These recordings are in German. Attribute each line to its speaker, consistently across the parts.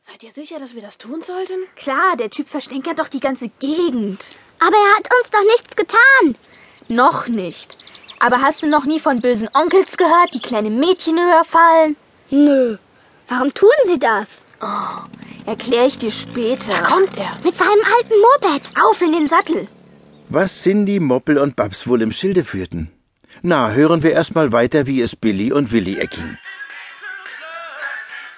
Speaker 1: Seid ihr sicher, dass wir das tun sollten?
Speaker 2: Klar, der Typ verstänkert doch die ganze Gegend.
Speaker 3: Aber er hat uns doch nichts getan.
Speaker 2: Noch nicht. Aber hast du noch nie von bösen Onkels gehört, die kleine Mädchen überfallen?
Speaker 3: Nö. Warum tun sie das?
Speaker 2: Oh, erkläre ich dir später.
Speaker 1: Da kommt er.
Speaker 3: Mit seinem alten Moped.
Speaker 2: Auf in den Sattel.
Speaker 4: Was Cindy, Moppel und Babs wohl im Schilde führten? Na, hören wir erstmal weiter, wie es Billy und Willi erging.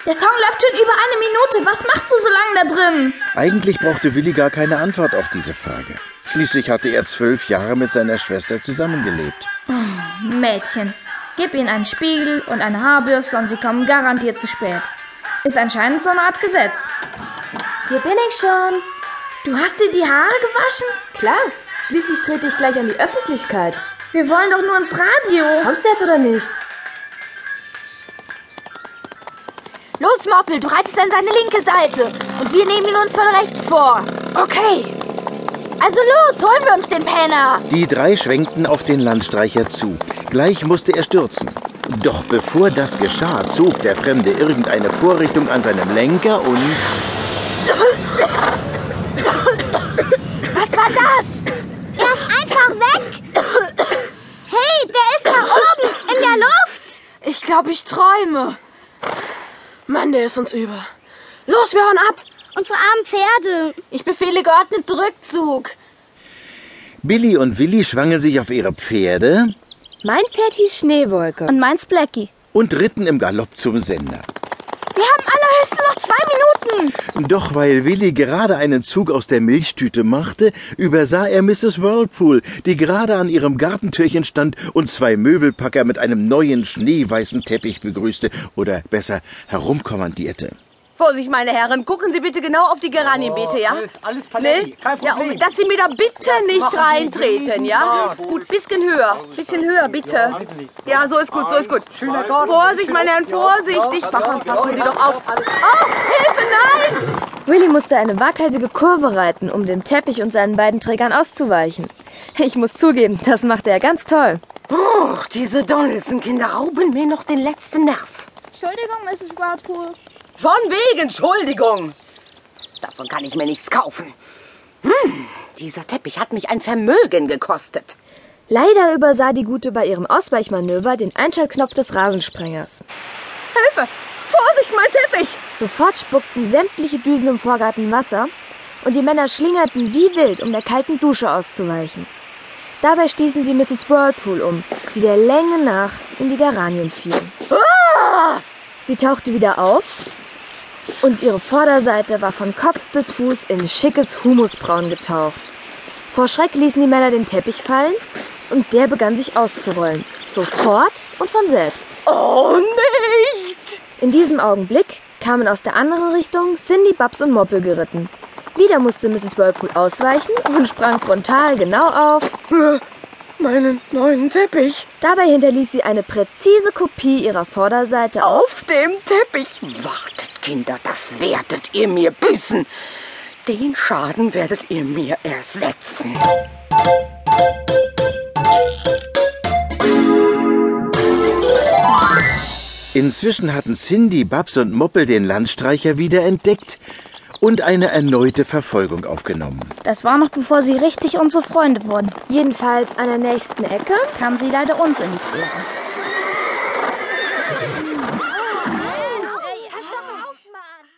Speaker 5: Der Song läuft schon über eine Minute. Was machst du so lange da drin?
Speaker 4: Eigentlich brauchte Willi gar keine Antwort auf diese Frage. Schließlich hatte er zwölf Jahre mit seiner Schwester zusammengelebt.
Speaker 5: Oh, Mädchen, gib ihnen einen Spiegel und eine Haarbürste und sie kommen garantiert zu spät. Ist anscheinend so eine Art Gesetz.
Speaker 6: Hier bin ich schon.
Speaker 5: Du hast dir die Haare gewaschen?
Speaker 6: Klar, schließlich trete ich gleich an die Öffentlichkeit.
Speaker 5: Wir wollen doch nur ins Radio.
Speaker 6: Kommst du jetzt oder nicht?
Speaker 2: Los, Moppel, du reitest an seine linke Seite. Und wir nehmen ihn uns von rechts vor.
Speaker 1: Okay.
Speaker 2: Also los, holen wir uns den Penner.
Speaker 4: Die drei schwenkten auf den Landstreicher zu. Gleich musste er stürzen. Doch bevor das geschah, zog der Fremde irgendeine Vorrichtung an seinem Lenker und...
Speaker 2: Was war das?
Speaker 3: Er ist einfach weg. Hey, der ist da oben in der Luft.
Speaker 2: Ich glaube, ich träume.
Speaker 1: Mann, der ist uns über. Los, wir hauen ab!
Speaker 3: Unsere armen Pferde.
Speaker 2: Ich befehle geordnet Rückzug.
Speaker 4: Billy und Willi schwangen sich auf ihre Pferde
Speaker 6: Mein Pferd hieß Schneewolke.
Speaker 7: Und meins Blackie.
Speaker 4: und ritten im Galopp zum Sender.
Speaker 2: Wir haben allerhöchstens noch zwei Minuten.
Speaker 4: Doch weil Willi gerade einen Zug aus der Milchtüte machte, übersah er Mrs. Whirlpool, die gerade an ihrem Gartentürchen stand und zwei Möbelpacker mit einem neuen schneeweißen Teppich begrüßte oder besser herumkommandierte.
Speaker 6: Vorsicht, meine Herren, gucken Sie bitte genau auf die Geranienbeete, ja? Ne?
Speaker 8: alles- Oh, alles Paletti, kein
Speaker 6: Ja,
Speaker 8: Problem.
Speaker 6: und dass Sie mir da bitte nicht reintreten, ja? Gut, bisschen höher, bisschen höher, bitte. Ja, so ist gut, so ist gut. Vorsicht, meine Herren, vorsichtig. Pachen, passen Sie doch auf. Oh, Hilfe, nein!
Speaker 9: Willy musste eine waghalsige Kurve reiten, um dem Teppich und seinen beiden Trägern auszuweichen. Ich muss zugeben, das machte er ganz toll.
Speaker 6: Och, diese Donaldson-Kinder rauben mir noch den letzten Nerv.
Speaker 5: Entschuldigung, Mrs. Whirlpool.
Speaker 6: Von wegen, Entschuldigung. Davon kann ich mir nichts kaufen. Hm, dieser Teppich hat mich ein Vermögen gekostet.
Speaker 9: Leider übersah die Gute bei ihrem Ausweichmanöver den Einschaltknopf des Rasensprengers.
Speaker 6: Hilfe! Vorsicht, mein Teppich!
Speaker 9: Sofort spuckten sämtliche Düsen im Vorgarten Wasser und die Männer schlingerten wie wild, um der kalten Dusche auszuweichen. Dabei stießen sie Mrs. Whirlpool um, die der Länge nach in die Geranien fiel. Sie tauchte wieder auf und ihre Vorderseite war von Kopf bis Fuß in schickes Humusbraun getaucht. Vor Schreck ließen die Männer den Teppich fallen und der begann sich auszurollen. Sofort und von selbst.
Speaker 6: Oh, nicht!
Speaker 9: In diesem Augenblick kamen aus der anderen Richtung Cindy, Babs und Moppel geritten. Wieder musste Mrs. Whirlpool ausweichen und sprang frontal genau auf.
Speaker 6: Meinen neuen Teppich.
Speaker 9: Dabei hinterließ sie eine präzise Kopie ihrer Vorderseite auf.
Speaker 6: Auf dem Teppich. Wartet, Kinder, das werdet ihr mir büßen. Den Schaden werdet ihr mir ersetzen.
Speaker 4: Inzwischen hatten Cindy, Babs und Moppel den Landstreicher wieder entdeckt und eine erneute Verfolgung aufgenommen.
Speaker 7: Das war noch bevor sie richtig unsere Freunde wurden.
Speaker 9: Jedenfalls an der nächsten Ecke.
Speaker 7: Kamen sie leider uns in die Quere.